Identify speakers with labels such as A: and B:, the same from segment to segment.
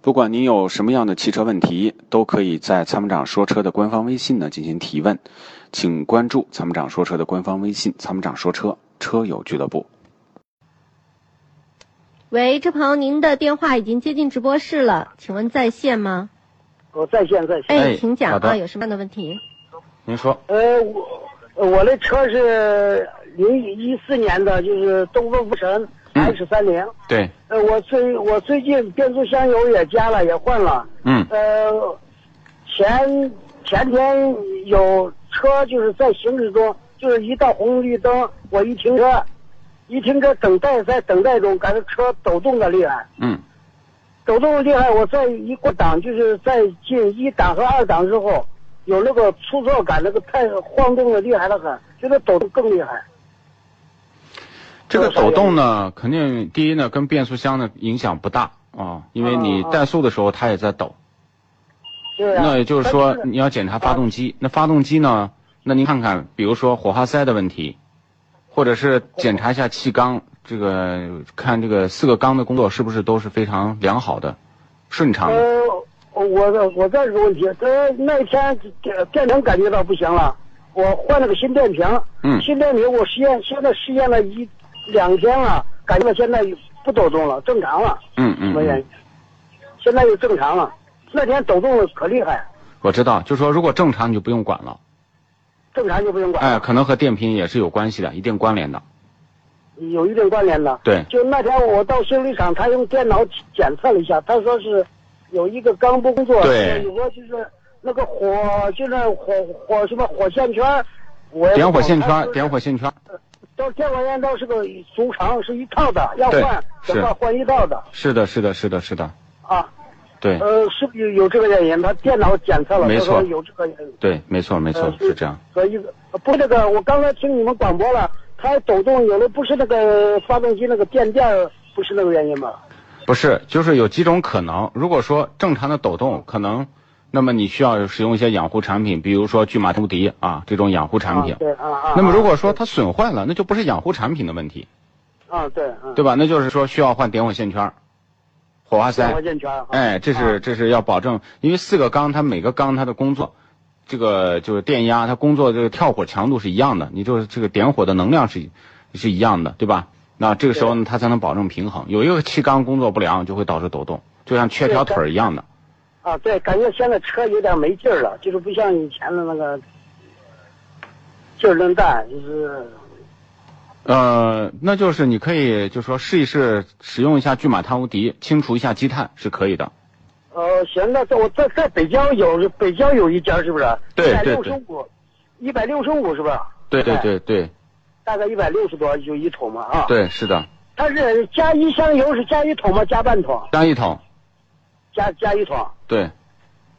A: 不管您有什么样的汽车问题，都可以在参谋长说车的官方微信呢进行提问，请关注参谋长说车的官方微信“参谋长说车车友俱乐部
B: 喂，这朋友，您的电话已经接进直播室了，请问在线吗？
C: 我哦在线在线。
A: 哎
B: 哎，请讲
A: 好的
B: 啊，有什么样的问题？”。
A: 您说，
C: 呃，我我的车是零一四年的，就是东风福神
A: 嗯
C: H 三零。
A: 对，
C: 呃，我最我最近变速箱油也加了，也换了。
A: 嗯
C: 呃，前前天有车就是在行驶中，就是一到红绿灯，我一停车，一停车等待在等待中，感觉车抖动的厉害。
A: 嗯
C: 抖动厉害，我在一过档，就是在进一档和二档之后，有那个出错感，那个太晃动的厉害的很，觉得抖动更厉害。
A: 这个抖动呢，肯定第一呢，跟变速箱呢影响不大啊、因为你
C: 哦哦
A: 怠速的时候它也在抖。
C: 对啊，
A: 那也就是
C: 但
A: 说，你要检
C: 啊
A: 查发动机。那发动机呢？那您看看，比如说火花塞的问题，或者是检查一下气缸，这个看这个四个缸的工作是不是都是非常良好的、顺畅的。
C: 呃，我我再有个问题，呃，那天电电瓶感觉到不行了，我换了个新电瓶，
A: 嗯
C: 新电瓶我实验现在实验了一两天了，感觉到现在不抖动了，正常了，
A: 嗯
C: 什
A: 嗯
C: 么
A: 嗯
C: 原因，？现在又正常了，那天抖动的可厉害，
A: 我知道，就说如果正常你就不用管了。
C: 正常就不用管了。
A: 哎，可能和电瓶也是有关系的，一定关联的。
C: 有一定关联的。
A: 对
C: 就那天我到修理厂，他用电脑检测了一下，他说是有一个缸不工作，
A: 对
C: 有个就是那个火，就是火火什么火线圈儿，我也不
A: 点火线
C: 懂他说
A: 圈，
C: 是
A: 点火线圈，
C: 到电火线倒是个组成是一套的，要
A: 对
C: 换
A: 是
C: 整个换一套的
A: 是的，是的，是的，是的，
C: 啊。
A: 对
C: 呃，是不是有这个原因？他电脑检测了，
A: 没
C: 他
A: 错
C: 说有这个原因。
A: 对，没错，没错
C: 呃，
A: 是这样。。
C: 和一个不是那个，我刚才听你们广播了，它抖动有的不是那个发动机那个电垫儿，不是那个原因吧？
A: 不是，就是有几种可能。如果说正常的抖动，可能，那么你需要使用一些养护产品，比如说聚马图迪啊这种养护产品
C: 啊。对啊啊。
A: 那么如果说
C: 啊
A: 它损坏了，那就不是养护产品的问题，
C: 啊对嗯
A: 对吧？那就是说需要换点火线圈儿、火花
C: 点火
A: 塞。
C: 线圈儿啊
A: 哎，这是这是要保证，因为四个缸它每个缸它的工作，这个就是电压，它工作这个跳火强度是一样的，你就是这个点火的能量是是一样的，对吧？那这个时候呢，它才能保证平衡。有一个气缸工作不良，就会导致抖动，就像缺条腿儿一样的。
C: 啊对，感觉现在车有点没劲儿了，就是不像以前的那个劲儿那么大，就是
A: 呃，那就是你可以就说试一试，使用一下聚马碳无敌，清除一下积碳是可以的。
C: 呃行，那在我在在北郊有北郊有一家是不是？
A: 对
C: 一百
A: 对
C: 六十
A: 对
C: 五，一百六十五是不是？
A: 对对
C: 哎
A: 对对
C: 大概一百六十多有一桶嘛啊。。
A: 对，是的，
C: 它是加一箱油是加一桶吗？加半桶？
A: 加一桶，
C: 加加一桶，
A: 对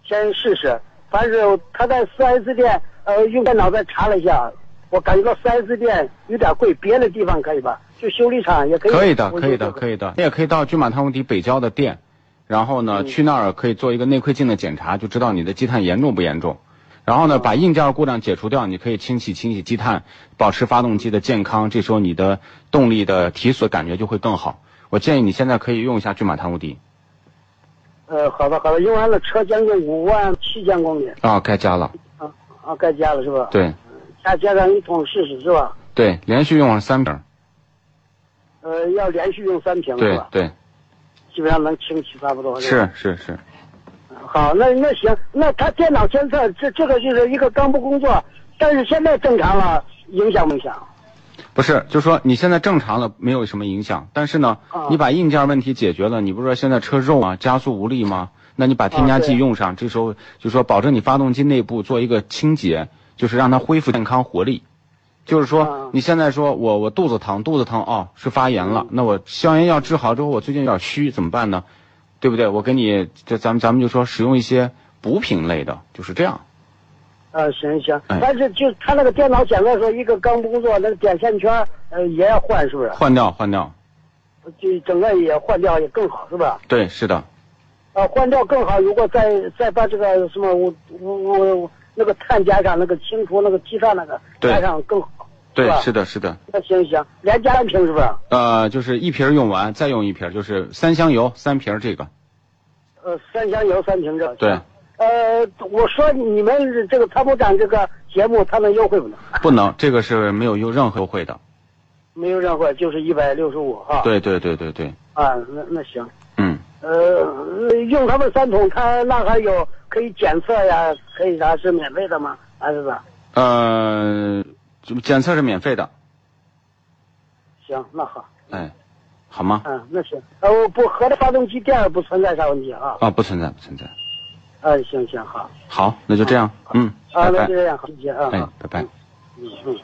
C: 先试试。反正他在四 S 店，呃，用电脑再查了一下，我感觉到四 S 店有点贵，别的地方可以吧？就修理厂也可以。
A: 可以的，可以的，
C: 以。
A: 可以的。你也可以到骏马汤姆迪北郊的店，然后呢，去那儿可以做一个内窥镜的检查，就知道你的积碳严重不严重。然后呢，把硬件故障解除掉，你可以清洗清洗积碳，保持发动机的健康。这时候你的动力的提速感觉就会更好。我建议你现在可以用一下骏马汤姆迪
C: 呃，好的好的，用完了车将近五万七千公里，
A: 啊，该加了。
C: 啊啊，该加了是吧？。
A: 对
C: 加加上一桶试试是吧？
A: 对，连续用了三瓶儿。
C: 呃，要连续用三瓶是
A: 对
C: 吧？
A: 对，
C: 基本上能清洗差不多。吧
A: 是是是，
C: 好，那那行，那他电脑监测这这个就是一个刚不工作，但是现在正常了，影响不影响？
A: 不是，就说你现在正常了，没有什么影响。但是呢，
C: 啊
A: 你把硬件问题解决了，你不是说现在车肉啊，加速无力吗？那你把添加
C: 啊
A: 剂
C: 对
A: 用上，这时候就说保证你发动机内部做一个清洁，就是让它恢复健康活力。就是说，
C: 啊嗯
A: 你现在说我我肚子疼，肚子疼哦，是发炎了。那我消炎药治好之后，我最近有点虚，怎么办呢？对不对？我给你，这咱们咱们就说使用一些补品类的，就是这样。
C: 呃，行行，
A: 哎
C: 但是就他那个电脑检测说一个刚不工作，那个点线圈儿呃也要换是不是？
A: 换掉，换掉。
C: 就整个也换掉也更好是吧？
A: 对，是的。
C: 呃，换掉更好，如果再再把这个什么我我我那个碳加上那个清除那个积碳那个
A: 对
C: 加上更好。
A: 对
C: 是，吧
A: 是的，是的。
C: 那行行，连加一瓶是不是？
A: 呃，就是一瓶儿用完，再用一瓶儿，就是三箱油三瓶儿这个。
C: 呃三香油三瓶这。
A: 对，
C: 呃，我说你们这个参谋长这个节目，他能优惠不能？
A: 不能，这个是没有优任何优惠的。
C: 没有任何，就是一百六十五哈。。
A: 对对对对对，
C: 啊，那那行，
A: 嗯，
C: 呃，用他们三桶，他那还有可以检测呀，可以啥是免费的吗？还是咋？
A: 呃，检测是免费的，
C: 行，那好，
A: 哎，好吗？
C: 嗯，那行，呃，我不合着发动机电不存在啥问题啊？
A: 啊，不存在不存在。
C: 嗯，行行好，
A: 好，那就这样，嗯，哎
C: 啊，
A: 拜
C: 那
A: 拜
C: 就，这样，好，谢谢啊，
A: 哎，拜拜。
C: 嗯嗯。